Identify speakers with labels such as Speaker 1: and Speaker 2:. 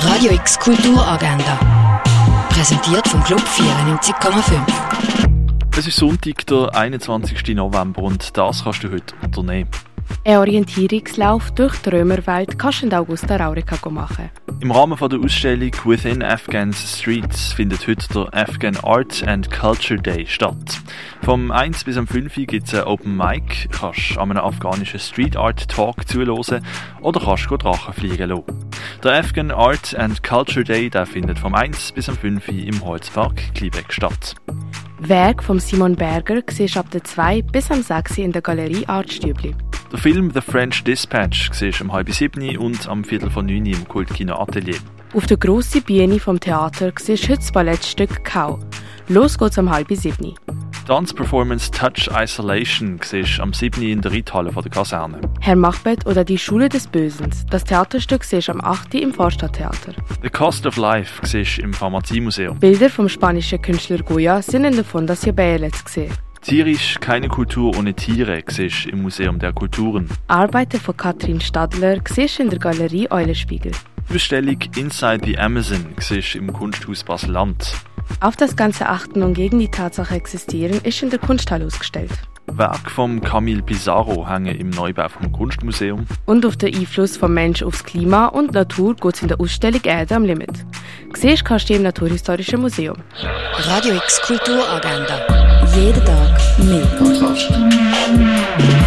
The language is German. Speaker 1: Radio X Kulturagenda. Präsentiert vom Club 94,5.
Speaker 2: Es ist Sonntag, der 21. November und das kannst du heute unternehmen.
Speaker 3: Ein Orientierungslauf durch die Römerwelt kannst du in der Augusta Raurica machen.
Speaker 2: Im Rahmen von der Ausstellung Within Afghans Streets findet heute der Afghan Art and Culture Day statt. Vom 1 bis am 5 gibt es einen Open Mic, kannst an einem afghanischen Street Art Talk zuhören oder kannst go Drachen fliegen lassen. Der Afghan Art and Culture Day der findet vom 1 bis am 5 im Holzpark Gliebeck statt.
Speaker 3: Werk von Simon Berger siehst ab der 2 bis am 6 in der Galerie Artstübli.
Speaker 2: Der Film The French Dispatch siehst um halb sieben und am Viertel von neun im Kultkino Atelier.
Speaker 3: Auf der grossen Bühne vom Theater siehst heute das Ballettstück «Kau». Los geht's um halb sieben.
Speaker 2: Tanzperformance Touch Isolation siehst am 7. in der Reithalle von der Kaserne.
Speaker 3: Herr Macbeth oder die Schule des Bösen. Das Theaterstück siehst am 8. im Vorstadttheater.
Speaker 2: The Cost of Life siehst im Pharmaziemuseum.
Speaker 3: Bilder vom spanischen Künstler Goya sind in der Fundación Bayerlet gesehen.
Speaker 2: Tierisch keine Kultur ohne Tiere siehst im Museum der Kulturen.
Speaker 3: Arbeiten von Katrin Stadler siehst in der Galerie Eulenspiegel.
Speaker 2: Die Ausstellung Inside the Amazon siehst im Kunsthaus Basel-Land.
Speaker 3: Auf das ganze Achten und gegen die Tatsache existieren ist in der Kunsthalle ausgestellt.
Speaker 2: Werk von Camille Pizarro hängen im Neubau vom Kunstmuseum.
Speaker 3: Und auf den Einfluss von Mensch aufs Klima und Natur geht's in der Ausstellung Erde am Limit. Siehst kannst du im Naturhistorischen Museum.
Speaker 1: Radio X Kulturagenda. Jeden Tag mehr.